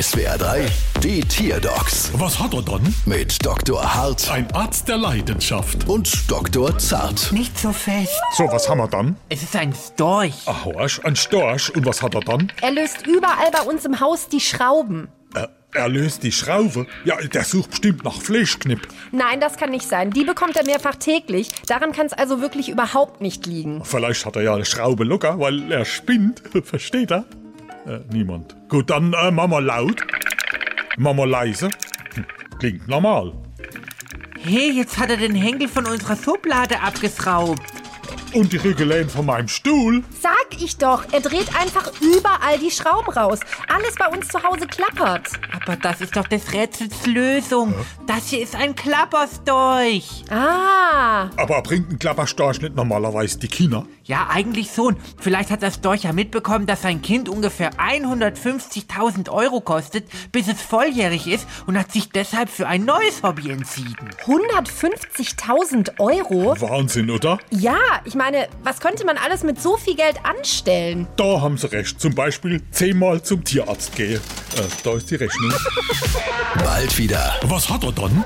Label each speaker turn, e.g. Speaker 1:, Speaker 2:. Speaker 1: SWR 3, die Tierdocs
Speaker 2: Was hat er dann?
Speaker 1: mit Dr. Hart
Speaker 2: Ein Arzt der Leidenschaft.
Speaker 1: und Dr. Zart.
Speaker 3: Nicht so fest.
Speaker 2: So, was haben wir dann?
Speaker 3: Es ist ein Storch.
Speaker 2: Ach, Horsch, ein Storch. Und was hat er dann?
Speaker 4: Er löst überall bei uns im Haus die Schrauben.
Speaker 2: Äh, er löst die Schraube. Ja, der sucht bestimmt nach Fleischknipp.
Speaker 4: Nein, das kann nicht sein. Die bekommt er mehrfach täglich. Daran kann es also wirklich überhaupt nicht liegen.
Speaker 2: Vielleicht hat er ja eine Schraube locker, weil er spinnt. Versteht er? Äh, niemand. Gut, dann äh, Mama laut. Mama leise. Hm, Klingt normal.
Speaker 3: Hey, jetzt hat er den Henkel von unserer Schublade abgeschraubt.
Speaker 2: Und die Rückenlehne von meinem Stuhl.
Speaker 4: Sag ich doch, er dreht einfach überall die Schrauben raus. Alles bei uns zu Hause klappert.
Speaker 3: Aber das ist doch des Rätsels Lösung. Das hier ist ein Klapperstorch.
Speaker 4: Ah,
Speaker 2: Aber bringt ein Klapperstorch nicht normalerweise die Kinder?
Speaker 3: Ja, eigentlich schon. Vielleicht hat der Storch ja mitbekommen, dass sein Kind ungefähr 150.000 Euro kostet, bis es volljährig ist und hat sich deshalb für ein neues Hobby entschieden.
Speaker 4: 150.000 Euro?
Speaker 2: Wahnsinn, oder?
Speaker 4: Ja, ich meine, was könnte man alles mit so viel Geld anstellen?
Speaker 2: Da haben sie recht. Zum Beispiel zehnmal zum Tierarzt gehen. Äh, da ist die Rechnung.
Speaker 1: Bald wieder.
Speaker 2: Was hat er dann?